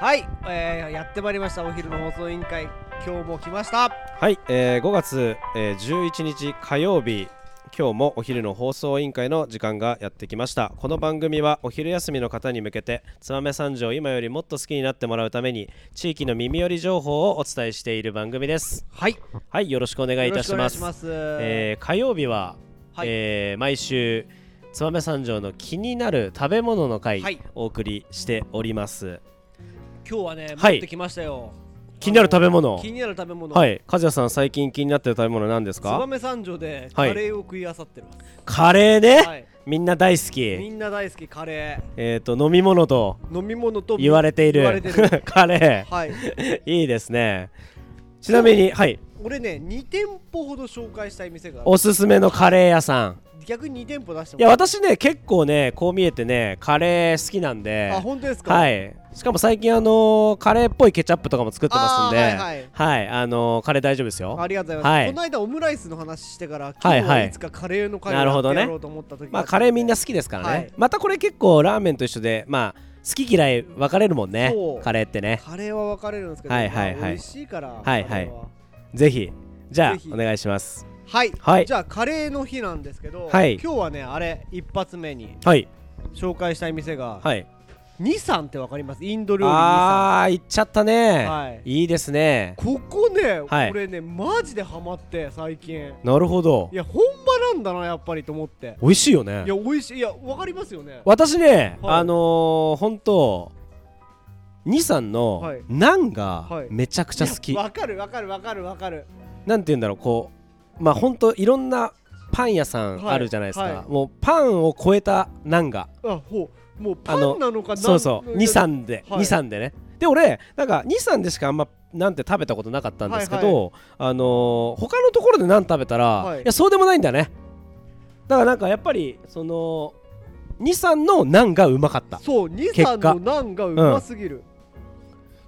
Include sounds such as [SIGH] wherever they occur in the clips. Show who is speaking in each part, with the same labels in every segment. Speaker 1: はい、えー、やってまいりましたお昼の放送委員会今日も来ました
Speaker 2: はい、えー5月、えー11日火曜日今日もお昼の放送委員会の時間がやってきましたこの番組はお昼休みの方に向けて燕三条を今よりもっと好きになってもらうために地域の耳寄り情報をお伝えしている番組です
Speaker 1: はい
Speaker 2: はいよろしくお願いいたしま
Speaker 1: よ
Speaker 2: す
Speaker 1: ろしくお願いし
Speaker 2: えー火曜日は、
Speaker 1: はい
Speaker 2: えー毎週燕三条の気になる食べ物の会、
Speaker 1: はい
Speaker 2: お送りしております
Speaker 1: ます今日はね
Speaker 2: は
Speaker 1: 持
Speaker 2: い
Speaker 1: ってきましたよ、
Speaker 2: 気になる食べ物
Speaker 1: 気になる食べ物
Speaker 2: はい和也さん最近気になってる食べ物なんですか
Speaker 1: 燕三条でカ
Speaker 2: はい
Speaker 1: レーを食いあさってます、
Speaker 2: カレーね、
Speaker 1: はい
Speaker 2: みんな大好き
Speaker 1: みんな大好きカレ
Speaker 2: えっ、と飲み物と
Speaker 1: ー飲み物と
Speaker 2: 言われてい
Speaker 1: 言われ
Speaker 2: る
Speaker 1: てる
Speaker 2: [LAUGHS] カレ
Speaker 1: はい
Speaker 2: ーいいですねちなみにはい
Speaker 1: 俺ね2店舗ほど紹介したい店がある
Speaker 2: おすすめのカレー屋さん
Speaker 1: 逆に2店舗出しても
Speaker 2: いや私ね結構ねこう見えてねカレー好きなんで
Speaker 1: あ本当ですか、、
Speaker 2: はいいしかも最近あのーカレーっぽいケチャップとかも作ってますんで
Speaker 1: あーはいはい
Speaker 2: あのーカレー大丈夫ですよ
Speaker 1: ありがとうございます、
Speaker 2: はい
Speaker 1: この間オムライスの話してから今
Speaker 2: はい
Speaker 1: 日は
Speaker 2: はい
Speaker 1: いつかカレーの会を
Speaker 2: なる
Speaker 1: やっ
Speaker 2: ほ
Speaker 1: て
Speaker 2: どね
Speaker 1: やろうと思った時が
Speaker 2: ま
Speaker 1: あ
Speaker 2: あ
Speaker 1: った
Speaker 2: カ
Speaker 1: んで
Speaker 2: レーみんな好きですからね、
Speaker 1: はい
Speaker 2: またこれ結構ラーメンと一緒でまあ好き嫌い分かれるもんね
Speaker 1: そう
Speaker 2: カレーってね
Speaker 1: カレーは分かれるんですけど、
Speaker 2: はいはいはい
Speaker 1: まあ美味しいから
Speaker 2: はいはい
Speaker 1: カレーは
Speaker 2: ぜひじゃあ
Speaker 1: ぜひ
Speaker 2: お願いします
Speaker 1: はい、
Speaker 2: はい
Speaker 1: じゃあカレーの日なんですけど、
Speaker 2: はい
Speaker 1: 今日はねあれ一発目に
Speaker 2: はい
Speaker 1: 紹介したい店が、
Speaker 2: はい
Speaker 1: ニサンってわかりますインド料理ニサ
Speaker 2: ああ行っちゃったね、、
Speaker 1: はい
Speaker 2: いですね
Speaker 1: ンここね、
Speaker 2: はい
Speaker 1: 俺ねマジでハマって最近
Speaker 2: なるほど
Speaker 1: いや本場なんだなやっぱりと思って
Speaker 2: 美味しいよね
Speaker 1: いや美味しいいやわかりますよね
Speaker 2: 私ね、
Speaker 1: はい
Speaker 2: あのー、本当兄さんの
Speaker 1: はい
Speaker 2: ナンが
Speaker 1: はい
Speaker 2: めちゃくちゃ好き、
Speaker 1: いやわかるわかるわかるわかる
Speaker 2: なんて言うんだろうこうまあ本当いろんなパン屋さん
Speaker 1: はい
Speaker 2: あるじゃないですか、
Speaker 1: はい
Speaker 2: もうパンを超えたナンが
Speaker 1: あほうもうパ
Speaker 2: あの
Speaker 1: ンなのかなん
Speaker 2: そうそう
Speaker 1: いや
Speaker 2: 23で、
Speaker 1: はい
Speaker 2: 二三でねで俺なんか23でしかあんまなんて食べたことなかったんですけど、あのー他のところで何食べたら、
Speaker 1: はい
Speaker 2: い、やそうでもないんだねだからなんかやっぱりその23のナンがうまかったい
Speaker 1: そう
Speaker 2: 結
Speaker 1: 23
Speaker 2: 果
Speaker 1: のナンがうますぎる、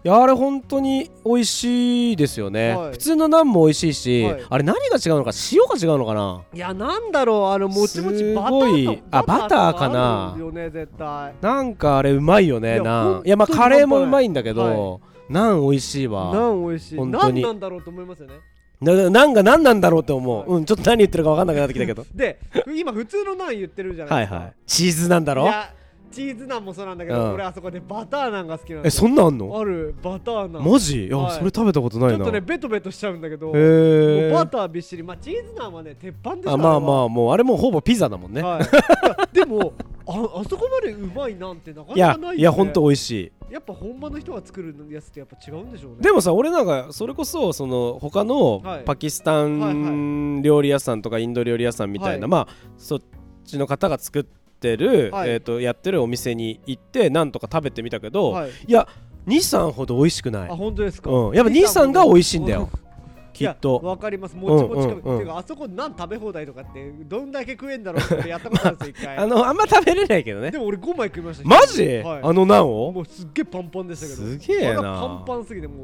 Speaker 2: やあれ本当に美味しいですよね、
Speaker 1: はい
Speaker 2: 普通のナンも美味しいし、
Speaker 1: はい
Speaker 2: あれ何が違うのか塩が違うのかない
Speaker 1: やなんだろうあのもちもち
Speaker 2: す
Speaker 1: バタ
Speaker 2: ご
Speaker 1: ー
Speaker 2: い
Speaker 1: と
Speaker 2: あバターかな
Speaker 1: あるよね絶対
Speaker 2: なんかあれうまいよね
Speaker 1: いや
Speaker 2: ナ
Speaker 1: 本
Speaker 2: ン
Speaker 1: 当
Speaker 2: いやまあ
Speaker 1: に
Speaker 2: カレーもうまいんだけ
Speaker 1: は
Speaker 2: ど、ナン美味しいわ
Speaker 1: ナン美味しい
Speaker 2: 本
Speaker 1: ナ
Speaker 2: 当
Speaker 1: ン
Speaker 2: に
Speaker 1: なんだろうと思いますよね
Speaker 2: ななんか何なんだろうって思、
Speaker 1: はいう
Speaker 2: うんちょっと何言ってるか分かんなくなってきたけど
Speaker 1: で今普通のナン言ってるじゃな
Speaker 2: はいい
Speaker 1: ですか
Speaker 2: はいチーズなんだろ
Speaker 1: やチーズナンもそうなんだけど、
Speaker 2: うん
Speaker 1: 俺あそこでバターナンが好きなん
Speaker 2: え
Speaker 1: です
Speaker 2: そんなんあんの
Speaker 1: あるバターナン
Speaker 2: マジいや、
Speaker 1: はい
Speaker 2: それ食べたことな
Speaker 1: ちょ
Speaker 2: い
Speaker 1: っ
Speaker 2: な
Speaker 1: とねベトベトしちゃうんだけど、
Speaker 2: へ
Speaker 1: もう
Speaker 2: え
Speaker 1: バターびっしりまあチーズナンはね鉄板ですから
Speaker 2: あまあ
Speaker 1: あ
Speaker 2: まあもうあれもうほぼピザだもんね、 [LAUGHS]
Speaker 1: はい、いやでもああそこまでうまいなんてなか
Speaker 2: い、
Speaker 1: な
Speaker 2: や
Speaker 1: かないよ、ね、
Speaker 2: いやほんと美味しい
Speaker 1: やっぱ本場の人が作るやつってやっぱ違うんでしょうね
Speaker 2: でもさ俺なんかそれこそその他の
Speaker 1: はい
Speaker 2: パキスタ
Speaker 1: はい
Speaker 2: ン料理屋さんとかインド料理屋さんみたい
Speaker 1: は
Speaker 2: な、
Speaker 1: い
Speaker 2: まあそっちの方が作ってる、
Speaker 1: はい
Speaker 2: えー、とやってるお店に行ってなんとか食べてみたけど、
Speaker 1: はい、
Speaker 2: いや23ほど美味しくない
Speaker 1: あ本当ですか、
Speaker 2: うんやっぱ兄さんが美味しいんだよ
Speaker 1: う
Speaker 2: きっ
Speaker 1: いや
Speaker 2: と
Speaker 1: わかりますもちもちか
Speaker 2: うんうんうん
Speaker 1: てかあそこ何食べ放題とかってどんだけ食えんだろうってやったことあるんですよ一
Speaker 2: あ
Speaker 1: 回
Speaker 2: のあんま食べれないけどね
Speaker 1: [LAUGHS] でも俺5枚食いました
Speaker 2: マジ、
Speaker 1: はい
Speaker 2: あのナン
Speaker 1: も
Speaker 2: を
Speaker 1: うすっげえパンパンでしたけど
Speaker 2: すげえな
Speaker 1: 腹パンパンすぎてもう
Speaker 2: い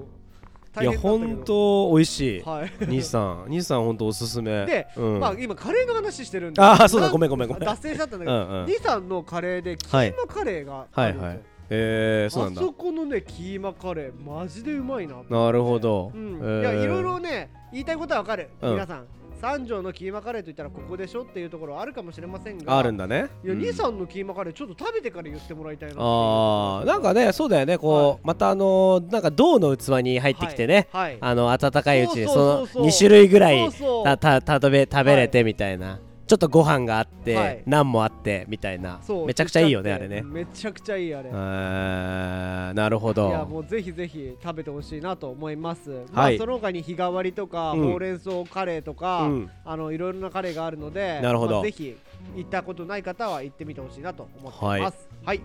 Speaker 1: 大
Speaker 2: や
Speaker 1: 変だったけど
Speaker 2: 本当美味しい、
Speaker 1: はい
Speaker 2: 兄さん兄さん本当おすすめ
Speaker 1: で、
Speaker 2: う
Speaker 1: [LAUGHS]
Speaker 2: ん
Speaker 1: まあ今カレーの話してるんで
Speaker 2: あーそうだ
Speaker 1: なん
Speaker 2: ごめんごめんごめん
Speaker 1: 脱線しちゃったんだけ
Speaker 2: う
Speaker 1: ど、
Speaker 2: んうん
Speaker 1: 兄さんのカレーでキ
Speaker 2: は
Speaker 1: ー
Speaker 2: い
Speaker 1: マカレーがあ
Speaker 2: は
Speaker 1: る
Speaker 2: い
Speaker 1: んですよ、
Speaker 2: はいえー、そうなん
Speaker 1: あ
Speaker 2: だ
Speaker 1: そこのねキーマカレーマジでうまいな
Speaker 2: なるほど、
Speaker 1: うん
Speaker 2: えー
Speaker 1: いやいろいろね言いたいことはわかる、
Speaker 2: うん
Speaker 1: 皆さん三条のキーマカレーといったらここでしょっていうところはあるかもしれませんが
Speaker 2: あるんだね
Speaker 1: いや、
Speaker 2: うん
Speaker 1: 兄さんのキーマカレーちょっと食べてから言ってもらいたいなっていう
Speaker 2: あーなんかねそうだよねこう、またあのーなんか銅の器に入ってきてね、
Speaker 1: はい、はい
Speaker 2: あの温かいうちに
Speaker 1: そう
Speaker 2: そ
Speaker 1: そうそうそう
Speaker 2: の2種類ぐら
Speaker 1: そ
Speaker 2: いう
Speaker 1: そう
Speaker 2: たたた食べ食べれてみたいな、ちょっとご飯があって、
Speaker 1: はい
Speaker 2: ナンもあってみたいな
Speaker 1: そう
Speaker 2: めちゃくちゃいいよね
Speaker 1: ち
Speaker 2: あ
Speaker 1: っ
Speaker 2: れ
Speaker 1: て
Speaker 2: ね
Speaker 1: めちゃくちゃいいあれ、
Speaker 2: あーなるほ
Speaker 1: いや
Speaker 2: ど
Speaker 1: もうぜひぜひ食べてほしいなと思います、ま
Speaker 2: は
Speaker 1: あ
Speaker 2: い
Speaker 1: その他に日替わりとか、
Speaker 2: うん
Speaker 1: ほうれん草カレーとか、
Speaker 2: うん
Speaker 1: あのいろいろなカレーがあるので
Speaker 2: なるほど
Speaker 1: まあぜひ行ったことない方は行ってみてほしいなと思っていますはい、い、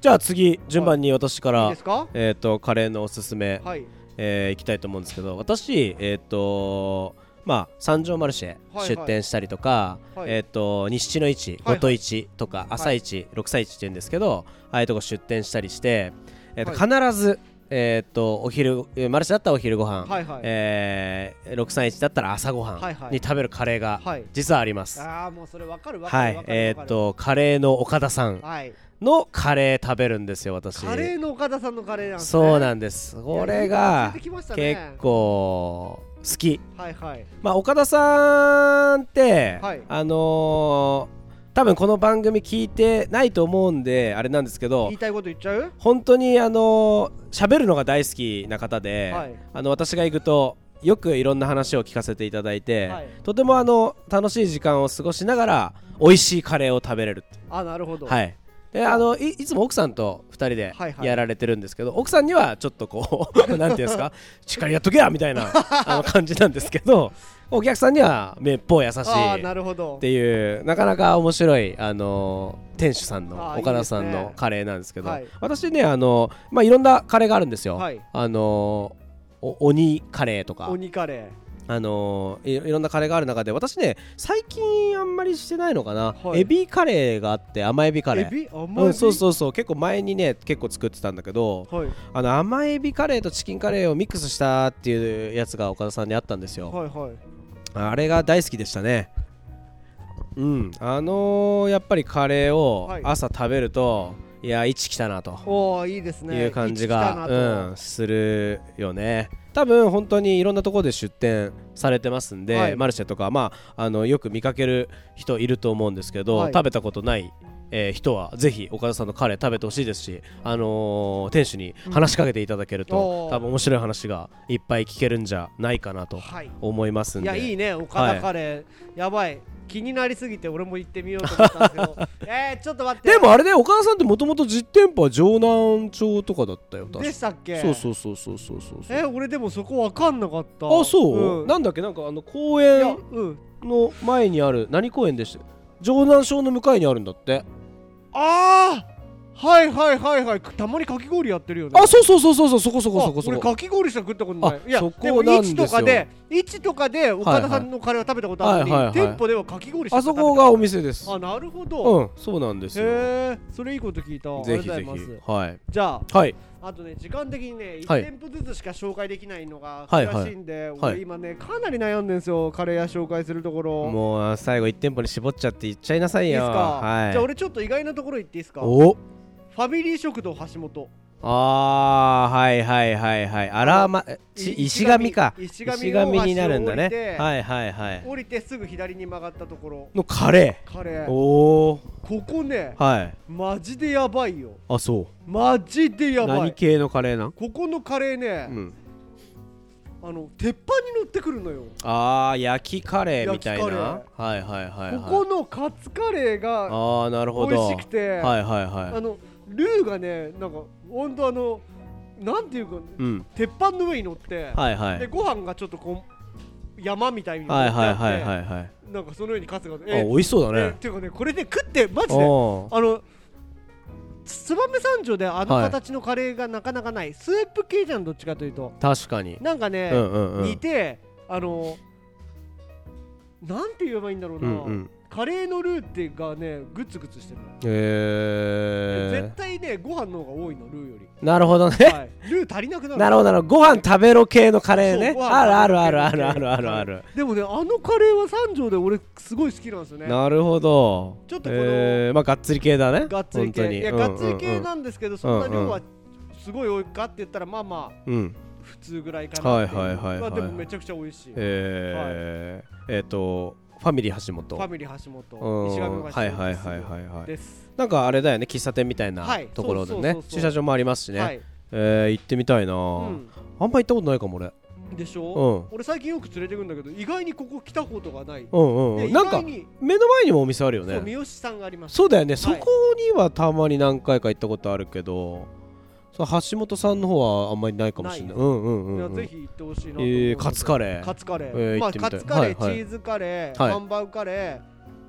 Speaker 2: じゃあ次順番に私から、
Speaker 1: いですか
Speaker 2: えー、とカレーのおすすめ、
Speaker 1: はい
Speaker 2: えー、いきたいと思うんですけど私えっ、とまあ三条マルシェ
Speaker 1: はい
Speaker 2: 出店したりとか、
Speaker 1: はい
Speaker 2: えっ、と西地の市
Speaker 1: はい
Speaker 2: 五都市とか朝市、六歳市って言うんですけどああいうとこ出店したりして、えーと必ずえっ、とお昼えーマルシェだったらお昼ご飯、
Speaker 1: はいはい
Speaker 2: えー、六歳市だったら朝ごは
Speaker 1: はいは
Speaker 2: ん
Speaker 1: い
Speaker 2: に食べるカレーが
Speaker 1: はい
Speaker 2: 実はあります。はい
Speaker 1: ああもうそれわかるわかるわかる
Speaker 2: え
Speaker 1: わ
Speaker 2: っ、
Speaker 1: かる
Speaker 2: とカレーの岡田さん
Speaker 1: はい
Speaker 2: のカレー食べるんですよ私
Speaker 1: カレーの岡田さんのカレーなんです、ね、
Speaker 2: そうなんんですこれが
Speaker 1: 教えてきましたね
Speaker 2: 結構好き
Speaker 1: はいはい
Speaker 2: まあ岡田さんって、
Speaker 1: はい
Speaker 2: あのー多分この番組聞いてないと思うんであれなんですけど
Speaker 1: 言いたいこと言っちゃう
Speaker 2: 本当にあの喋るのが大好きな方で、
Speaker 1: はい
Speaker 2: あの私が行くとよくいろんな話を聞かせていただいて、
Speaker 1: はい
Speaker 2: とてもあの楽しい時間を過ごしながら美味しいカレーを食べれる
Speaker 1: あなるほどい
Speaker 2: はいであのいいつも奥さんと2人で
Speaker 1: はいはい
Speaker 2: やられてるんですけど、奥さんにはちょっとこう [LAUGHS] なんていうんですかしっかりやっとけやみた
Speaker 1: [LAUGHS]
Speaker 2: いなあの感じなんですけどお客さんにはめっぽう優しい
Speaker 1: あーな
Speaker 2: っ
Speaker 1: るほど
Speaker 2: ていうなかなか面白いあの店主さんの
Speaker 1: あーいいですね
Speaker 2: 岡田さんのカレーなんですけど
Speaker 1: はい
Speaker 2: 私ねあの、まあ、いろんなカレーがあるんですよ、
Speaker 1: はい
Speaker 2: あのお鬼カレーとか、
Speaker 1: 鬼カレ
Speaker 2: あのいいろんなカレーがある中で私ね最近あんまりしてないのかな、
Speaker 1: はい
Speaker 2: エビカレーがあって甘エビカ
Speaker 1: ー
Speaker 2: レ
Speaker 1: エ
Speaker 2: ー
Speaker 1: ビ甘エビ
Speaker 2: うん、そうそうそう結構前にね結構作ってたんだけど
Speaker 1: はい
Speaker 2: あの甘エビカレーとチキンカレーをミックスしたっていうやつが岡田さんにあったんですよ、
Speaker 1: はいはい
Speaker 2: あれが大好きでしたねうんあのーやっぱりカレーを
Speaker 1: はい
Speaker 2: 朝食べると、い、や1来たなと
Speaker 1: おおいいですね
Speaker 2: いう感
Speaker 1: 生
Speaker 2: じが、
Speaker 1: きてきたな
Speaker 2: うん、するよね多分本当にいろんなところで出店されてますんで、
Speaker 1: はい
Speaker 2: マルシェとか、まあ、あのよく見かける人いると思うんですけど、
Speaker 1: はい
Speaker 2: 食べたことない、えー人はぜひ岡田さんのカレー食べてほしいですし、あのー店主に話しかけていただけると、
Speaker 1: おー
Speaker 2: 多分面白い話がいっぱい聞けるんじゃないかなと
Speaker 1: はい
Speaker 2: 思います
Speaker 1: い
Speaker 2: んで。
Speaker 1: やいいね岡田カレー、やばい気になりすぎて俺も行ってみようと思ったんですけ
Speaker 2: [LAUGHS]
Speaker 1: どえー、ちょっと待って
Speaker 2: でもあれね岡田さんってもともと実店舗は城南町とかだったよ確か
Speaker 1: でしたっけ
Speaker 2: そう
Speaker 1: う
Speaker 2: そうそうそうそうそうそう
Speaker 1: え俺でもそこわかんなかった
Speaker 2: あそう、
Speaker 1: うん、
Speaker 2: なんだっけなんかあの公
Speaker 1: いや
Speaker 2: 園
Speaker 1: うん
Speaker 2: の前にある何公園でした城南省の向かいにあるんだって
Speaker 1: ああはいはいはいはいたまにかき氷やってるよね
Speaker 2: あそうそうそうそうそうそこそこそこそ
Speaker 1: あ俺
Speaker 2: こ
Speaker 1: かき氷しか食ったことない
Speaker 2: あ
Speaker 1: いや
Speaker 2: そこ
Speaker 1: でも
Speaker 2: なんです
Speaker 1: 市
Speaker 2: よ
Speaker 1: とかで市とかで岡田さんのカレーは食べたことあるのに、
Speaker 2: はいはいはいはい
Speaker 1: 店舗ではかき氷しか
Speaker 2: あ
Speaker 1: 食
Speaker 2: そ
Speaker 1: べたこ
Speaker 2: こと
Speaker 1: ない
Speaker 2: がお店です
Speaker 1: あなるほど、
Speaker 2: うんそうなんですよ
Speaker 1: へえそれいいこと聞いた
Speaker 2: ぜひ
Speaker 1: あ
Speaker 2: ぜ
Speaker 1: りがとうございます
Speaker 2: ひはい
Speaker 1: じゃ
Speaker 2: はい
Speaker 1: ああとね時間的にね1
Speaker 2: はい
Speaker 1: 店舗ずつしか紹介できないのが
Speaker 2: はいはい
Speaker 1: 悔しいんで、
Speaker 2: はい
Speaker 1: 俺今ねかなり悩んでんですよカレー屋紹介するところ
Speaker 2: もう最後一店舗に絞っちゃって言っちゃいなさい
Speaker 1: いいです
Speaker 2: よ
Speaker 1: か、
Speaker 2: はい
Speaker 1: じゃあ俺ちょっと意外なところ行っていいですかフ
Speaker 2: お
Speaker 1: ァミリー食堂橋本
Speaker 2: あーはいはいはいはいあらまえち
Speaker 1: い
Speaker 2: 石神か
Speaker 1: 石
Speaker 2: 石
Speaker 1: 神
Speaker 2: 神になるん
Speaker 1: 大橋を降
Speaker 2: だ
Speaker 1: り
Speaker 2: ね
Speaker 1: て
Speaker 2: はいはいはい
Speaker 1: 降りてすぐ左に曲がったところ
Speaker 2: のカレ
Speaker 1: カレ
Speaker 2: ー
Speaker 1: ー
Speaker 2: おお
Speaker 1: ここね
Speaker 2: はい
Speaker 1: マジでやばいよ
Speaker 2: あそう
Speaker 1: マジでやば
Speaker 2: 何
Speaker 1: い
Speaker 2: 系のカレーなん
Speaker 1: ここのカレーね、
Speaker 2: ん
Speaker 1: あの鉄板に乗ってくるのよ、
Speaker 2: ああ焼きカレーみたいな
Speaker 1: 焼き
Speaker 2: はいはいはいはい
Speaker 1: ここのカツカレーが
Speaker 2: ああなるほ
Speaker 1: 美
Speaker 2: ど
Speaker 1: 味しくて、
Speaker 2: はいはいは
Speaker 1: あのルーがねなんかほんとあのなんていうか
Speaker 2: いうん
Speaker 1: 鉄板の上に乗って、
Speaker 2: はいはい
Speaker 1: でご飯がちょっとこう山みたいに乗っ
Speaker 2: は
Speaker 1: て
Speaker 2: いはい
Speaker 1: あって、
Speaker 2: はいはいはい
Speaker 1: なんかその上にカツが
Speaker 2: あ美味しそうだ
Speaker 1: え
Speaker 2: ね
Speaker 1: っていうかねこれね食ってマジで
Speaker 2: おー
Speaker 1: あの燕三条であの
Speaker 2: はい
Speaker 1: 形のカレーがなかなかない、スープ系じゃんどっちかというと
Speaker 2: 確かに
Speaker 1: なんか
Speaker 2: う
Speaker 1: ね、
Speaker 2: んうんうん
Speaker 1: 似てあのなんて言えばいいんだろう
Speaker 2: う
Speaker 1: な、
Speaker 2: んうん
Speaker 1: カレーのルーってがねグツグツしてる、
Speaker 2: え
Speaker 1: 絶対ねご飯の方が多いのルーよ
Speaker 2: ーなるほど
Speaker 1: り、
Speaker 2: ね
Speaker 1: はい、ルー足りなくなる
Speaker 2: [LAUGHS] なるほどなるほどご飯食べろ系のカレーね
Speaker 1: そうご飯
Speaker 2: あるあるあるあるあるあるある
Speaker 1: でもねあのカレーは三条で俺すごい好きなんですよね
Speaker 2: なるほど
Speaker 1: ちょっとこの
Speaker 2: えーまあがっつり系だね
Speaker 1: がっつり
Speaker 2: 本
Speaker 1: 系
Speaker 2: 当に
Speaker 1: いやがっつり系なんですけど、そんな
Speaker 2: うん
Speaker 1: 量
Speaker 2: うん
Speaker 1: はすごい多いかって言ったらまあまあ
Speaker 2: うんうんうん
Speaker 1: 普通ぐらいかなってう
Speaker 2: はいはいはいはい
Speaker 1: まあでもめちゃくちゃ美味しい、
Speaker 2: えーえっとファミリー橋本
Speaker 1: ファミリー橋
Speaker 2: うん
Speaker 1: 本石神橋本
Speaker 2: はいはいはいはいはい
Speaker 1: です、
Speaker 2: なんかあれだよね喫茶店みたいな
Speaker 1: はい
Speaker 2: ところで
Speaker 1: そうそう
Speaker 2: ね
Speaker 1: そうそう
Speaker 2: 駐車場もありますしね、
Speaker 1: はい、
Speaker 2: えー行ってみたいな、
Speaker 1: う
Speaker 2: あんま行ったことないかも俺
Speaker 1: ん、でしょ、
Speaker 2: う
Speaker 1: 俺最近よく連れてくんだけど意外にここ来たことがない、
Speaker 2: んうんうん
Speaker 1: で
Speaker 2: う
Speaker 1: 意
Speaker 2: んなんか
Speaker 1: 外に
Speaker 2: 目の前にもお店あるよ
Speaker 1: そう
Speaker 2: ね
Speaker 1: 三好さんがあります
Speaker 2: そうだよね、
Speaker 1: い
Speaker 2: そこにはたまに何回か行ったことあるけどその橋本さんの方はあんまりないかもしれない
Speaker 1: ない
Speaker 2: うんうんうん、うん、
Speaker 1: いやぜひ行ってほしいなと思う
Speaker 2: えー、カツカ
Speaker 1: レ
Speaker 2: レー
Speaker 1: カツカレー、
Speaker 2: えー
Speaker 1: ま
Speaker 2: 行っ
Speaker 1: あ
Speaker 2: てみた
Speaker 1: カ
Speaker 2: い
Speaker 1: ツカレー、
Speaker 2: はいはい
Speaker 1: チーズカレー、
Speaker 2: はい
Speaker 1: ハンバーグカレ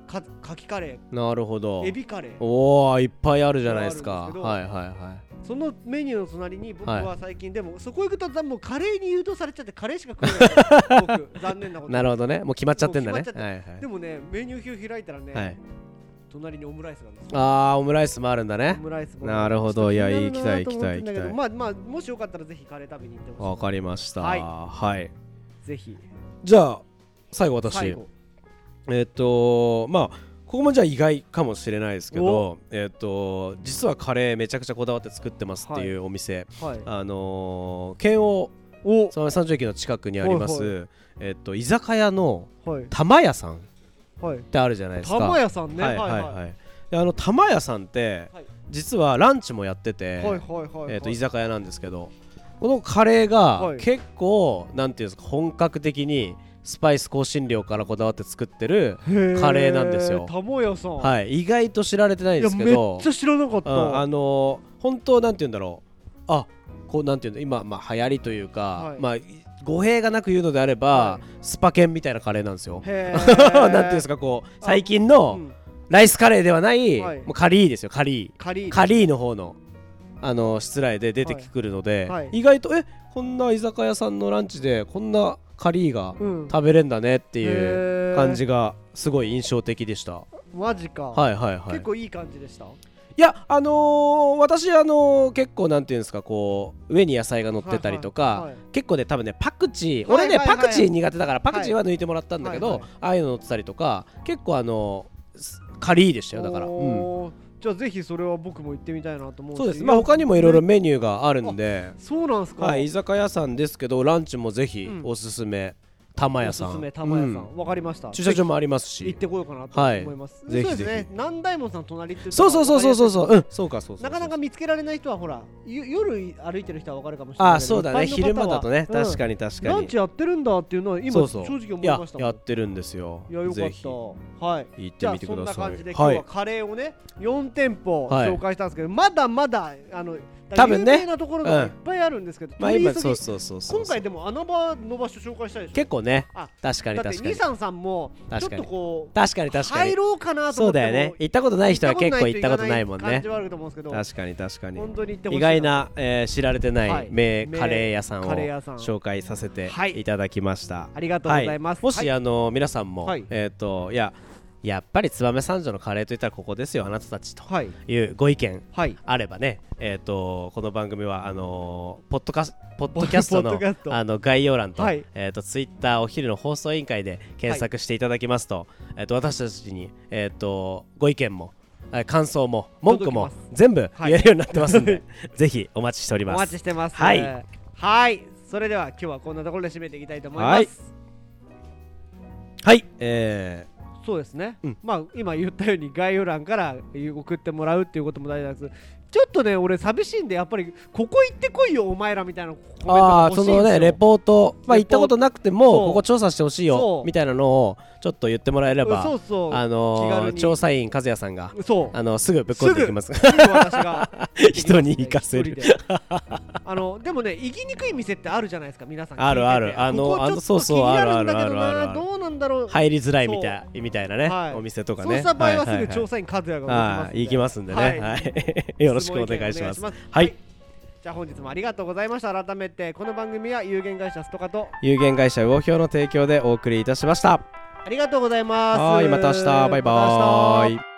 Speaker 1: ーかかきカレ
Speaker 2: なるほど
Speaker 1: ーエビカレー
Speaker 2: おおいっぱいあるじゃないです
Speaker 1: い
Speaker 2: か
Speaker 1: っぱいあ
Speaker 2: はい
Speaker 1: る
Speaker 2: はいは
Speaker 1: そのメニューの隣に僕
Speaker 2: は
Speaker 1: は最近でも、そこ行くともうカレーに誘導されちゃってカレーしか食えない
Speaker 2: [LAUGHS]
Speaker 1: 僕残念なこ
Speaker 2: い
Speaker 1: と
Speaker 2: なるほどねもう決まっちゃってんだ
Speaker 1: も
Speaker 2: ね
Speaker 1: う決ま
Speaker 2: はいはい
Speaker 1: でもねメニュー表開いたらね、
Speaker 2: はい、
Speaker 1: 隣にオムライスがあるんですよ
Speaker 2: あーオムライスもあるんだね
Speaker 1: オムライスも
Speaker 2: なるほど
Speaker 1: ちょっと
Speaker 2: いや
Speaker 1: 気になるなと
Speaker 2: 行きたい
Speaker 1: 思ってんだけど
Speaker 2: 行き
Speaker 1: まあまあもしよかったらぜひカレー食べに行ってほ
Speaker 2: わかりました
Speaker 1: はい
Speaker 2: はい
Speaker 1: しいぜひ
Speaker 2: じゃあ最後私
Speaker 1: 最後
Speaker 2: えっ、とまあここもじゃあ意外かもしれないですけど、えっと実はカレーめちゃくちゃこだわって作ってますっていうお店、
Speaker 1: はい
Speaker 2: あのー、県央
Speaker 1: お
Speaker 2: 沢山町駅の近くにあります、
Speaker 1: はい
Speaker 2: えっと居酒屋の
Speaker 1: はい
Speaker 2: 玉屋さんっ
Speaker 1: はい
Speaker 2: てあるじゃないですか
Speaker 1: 玉屋さんね
Speaker 2: は
Speaker 1: はいい
Speaker 2: は
Speaker 1: はいい
Speaker 2: は
Speaker 1: はいい、
Speaker 2: であの玉屋さんって、
Speaker 1: はい
Speaker 2: 実はランチもやって
Speaker 1: は
Speaker 2: て、
Speaker 1: いはいはい
Speaker 2: えっと居酒屋なんですけどこのカレーが
Speaker 1: はい
Speaker 2: 結構、なんていうんですか本格的にスパイス香辛料からこだわって作ってる、
Speaker 1: へ
Speaker 2: カレーなんですよ
Speaker 1: 玉屋さん
Speaker 2: はい、意外と知られてないいで
Speaker 1: や
Speaker 2: すけ
Speaker 1: めっ
Speaker 2: ど
Speaker 1: ちゃ知らなかった
Speaker 2: うんあのー本当なんて言うんだろうあこうなんていうの今、まあ、流行りというか、
Speaker 1: はい
Speaker 2: まあい語弊がなく言うのであれば、
Speaker 1: は
Speaker 2: スパケンみたいなカレーなんですよ。
Speaker 1: へ
Speaker 2: [LAUGHS] なんていうんです
Speaker 1: か
Speaker 2: かこう最近のライスカレーではない、
Speaker 1: はい
Speaker 2: もうカリーですよカリー。
Speaker 1: カリー
Speaker 2: カリーの方のあの失礼で出てくるので、
Speaker 1: はいはい
Speaker 2: 意外とえこんな居酒屋さんのランチでこんなカリーが
Speaker 1: うん
Speaker 2: 食べれんだねっていう
Speaker 1: へー
Speaker 2: 感じがすごい印象的でした。
Speaker 1: マジか
Speaker 2: はいはいはい。
Speaker 1: 結構いい感じでした
Speaker 2: いやあのー私あのー結構なんていうんですかこう上に野菜が乗ってたりとか、
Speaker 1: はいはい
Speaker 2: 結構ね多分ねパクチー
Speaker 1: はい
Speaker 2: 俺ね、
Speaker 1: はいはい
Speaker 2: パクチー苦手だからパクチーは抜いてもらったんだけど、
Speaker 1: はいはい
Speaker 2: ああいうの乗ってたりとか結構あのーすカリーでしたよだから、うん
Speaker 1: おーじゃあぜひそれは僕も行ってみたいなと思うし
Speaker 2: そうですまあ他にもいろいろ
Speaker 1: ね
Speaker 2: メニューがあるんで、
Speaker 1: そうなんすか
Speaker 2: はい、居酒屋さんですけどランチもぜひ
Speaker 1: うん
Speaker 2: おすすめ、玉屋さん
Speaker 1: おすすめ玉屋さ
Speaker 2: うん
Speaker 1: わかりました
Speaker 2: 駐車場
Speaker 1: ぜ
Speaker 2: もあります
Speaker 1: ひ行
Speaker 2: し
Speaker 1: ってこようかなと
Speaker 2: はい
Speaker 1: 思います
Speaker 2: ぜひ
Speaker 1: そうです
Speaker 2: ぜ
Speaker 1: ね南大門さん隣ってい
Speaker 2: そうそうそうそうそうそうううんそうかそうそう
Speaker 1: なかなか見つけられない人はほらゆ夜歩いてる人はわかるかもしれない
Speaker 2: ああそうだね昼間だとね、確
Speaker 1: に
Speaker 2: かに確かに
Speaker 1: ランチやってるんだっていうのは今
Speaker 2: そう
Speaker 1: 正
Speaker 2: そう
Speaker 1: 直思いました
Speaker 2: いや
Speaker 1: も
Speaker 2: や
Speaker 1: ん
Speaker 2: ってるんですよ
Speaker 1: いやよか
Speaker 2: ぜ
Speaker 1: っ
Speaker 2: ひ
Speaker 1: たはい
Speaker 2: 行っ
Speaker 1: じ
Speaker 2: て
Speaker 1: ゃ
Speaker 2: み
Speaker 1: あ
Speaker 2: て
Speaker 1: そ
Speaker 2: く
Speaker 1: ん
Speaker 2: だ
Speaker 1: な
Speaker 2: さい
Speaker 1: 感じで今
Speaker 2: は
Speaker 1: 日はいカレーをね4店舗
Speaker 2: はい
Speaker 1: 紹介したんですけどまだまだあの
Speaker 2: 多分ね
Speaker 1: 有名なところが
Speaker 2: うん
Speaker 1: いっぱいあるんですけど
Speaker 2: まあ
Speaker 1: 取り
Speaker 2: 今
Speaker 1: 急ぎ
Speaker 2: そうそうそうそう
Speaker 1: 今回でも穴場の場所紹介したいでしょ
Speaker 2: 結構ね
Speaker 1: あ
Speaker 2: 確かに
Speaker 1: だって
Speaker 2: 確か
Speaker 1: 二
Speaker 2: に
Speaker 1: 三さんもちょっとこう
Speaker 2: 確かに確か
Speaker 1: 入
Speaker 2: に
Speaker 1: ろうかなと
Speaker 2: そ
Speaker 1: 思
Speaker 2: う
Speaker 1: っても
Speaker 2: だよね行ったことない人は結構行ったことないもん
Speaker 1: 感
Speaker 2: ね
Speaker 1: じはあると思うんですけど
Speaker 2: 確かに確かに
Speaker 1: 本当に行ってほしい
Speaker 2: 意外な、えー知られてな
Speaker 1: はいい
Speaker 2: 名
Speaker 1: 名
Speaker 2: カレー屋さんを
Speaker 1: カレー屋さん
Speaker 2: 紹介させて
Speaker 1: はい
Speaker 2: いただきました
Speaker 1: ありがとうございます
Speaker 2: もし、
Speaker 1: はい
Speaker 2: あの皆さんも、
Speaker 1: はい
Speaker 2: えっ、といややっぱり燕三条のカレーといったらここですよあなたたちと
Speaker 1: はい
Speaker 2: いうご意見
Speaker 1: はい
Speaker 2: あればね、えっ、とこの番組はあのーポッドカスポッドキャス
Speaker 1: [LAUGHS]
Speaker 2: ト
Speaker 1: ポッド
Speaker 2: の
Speaker 1: キャスト
Speaker 2: あの概要欄と、
Speaker 1: はい
Speaker 2: えっ、とツイッターお昼の放送委員会で検索していただきますと、えっ、と私たちにえっ、とご意見もえー感想も文句も
Speaker 1: 届きま
Speaker 2: 全部
Speaker 1: は
Speaker 2: 言
Speaker 1: い
Speaker 2: えるようになってますんで、
Speaker 1: [LAUGHS]
Speaker 2: ぜひお待ちしており
Speaker 1: お
Speaker 2: ます。
Speaker 1: 待ちしてます
Speaker 2: はい
Speaker 1: はいそれでは今日はこんなところで締めていきたいと思い
Speaker 2: は
Speaker 1: ま
Speaker 2: い
Speaker 1: す
Speaker 2: はい、えー
Speaker 1: そうですね、
Speaker 2: うん
Speaker 1: まあ今言ったように概要欄から送ってもらうっていうことも大事なんですちょっとね俺寂しいんでやっぱりここ行ってこいよお前らみたいなコメントが
Speaker 2: ああ
Speaker 1: 欲しい
Speaker 2: そ
Speaker 1: んですよ
Speaker 2: のねレポート、まあ、
Speaker 1: レポート
Speaker 2: 行ったことなくても
Speaker 1: そう
Speaker 2: ここ調査してほしいよ
Speaker 1: そう
Speaker 2: みたいなのをちょっと言ってもらえれ
Speaker 1: うん
Speaker 2: ば
Speaker 1: そうそう
Speaker 2: あの
Speaker 1: 気
Speaker 2: ー
Speaker 1: 軽に
Speaker 2: 調査員和也さんが、
Speaker 1: そう
Speaker 2: あのすぐぶっ込んでいきます
Speaker 1: すぐ私が
Speaker 2: [LAUGHS] 人に行かせる
Speaker 1: 一人であのでもね行きにくい店ってあるじゃないですか皆さん
Speaker 2: あるある
Speaker 1: 聞いてて
Speaker 2: あの
Speaker 1: ここちょっ
Speaker 2: あの
Speaker 1: と
Speaker 2: そうそう
Speaker 1: 気になるんだけど
Speaker 2: あるあるあるあ
Speaker 1: な
Speaker 2: る
Speaker 1: どうなんだろう
Speaker 2: 入りづらいみたいみたいなね、
Speaker 1: はい
Speaker 2: お店とか
Speaker 1: そう
Speaker 2: ね
Speaker 1: した場合は
Speaker 2: は
Speaker 1: すぐ
Speaker 2: いはい
Speaker 1: 調査員和也が動き
Speaker 2: あ
Speaker 1: ま
Speaker 2: あ
Speaker 1: すんで
Speaker 2: 行きますんでね、はい [LAUGHS]
Speaker 1: はい
Speaker 2: よろしくお願いしま
Speaker 1: 質問意見お願い
Speaker 2: す
Speaker 1: します
Speaker 2: はい
Speaker 1: じゃあ本日もありがとうございました改めてこの番組は有限会社ストカと
Speaker 2: 有限会社魚評の提供でお送りいたしました
Speaker 1: ありがとうございます
Speaker 2: はいまた明日バイバ
Speaker 1: また明日
Speaker 2: ーイ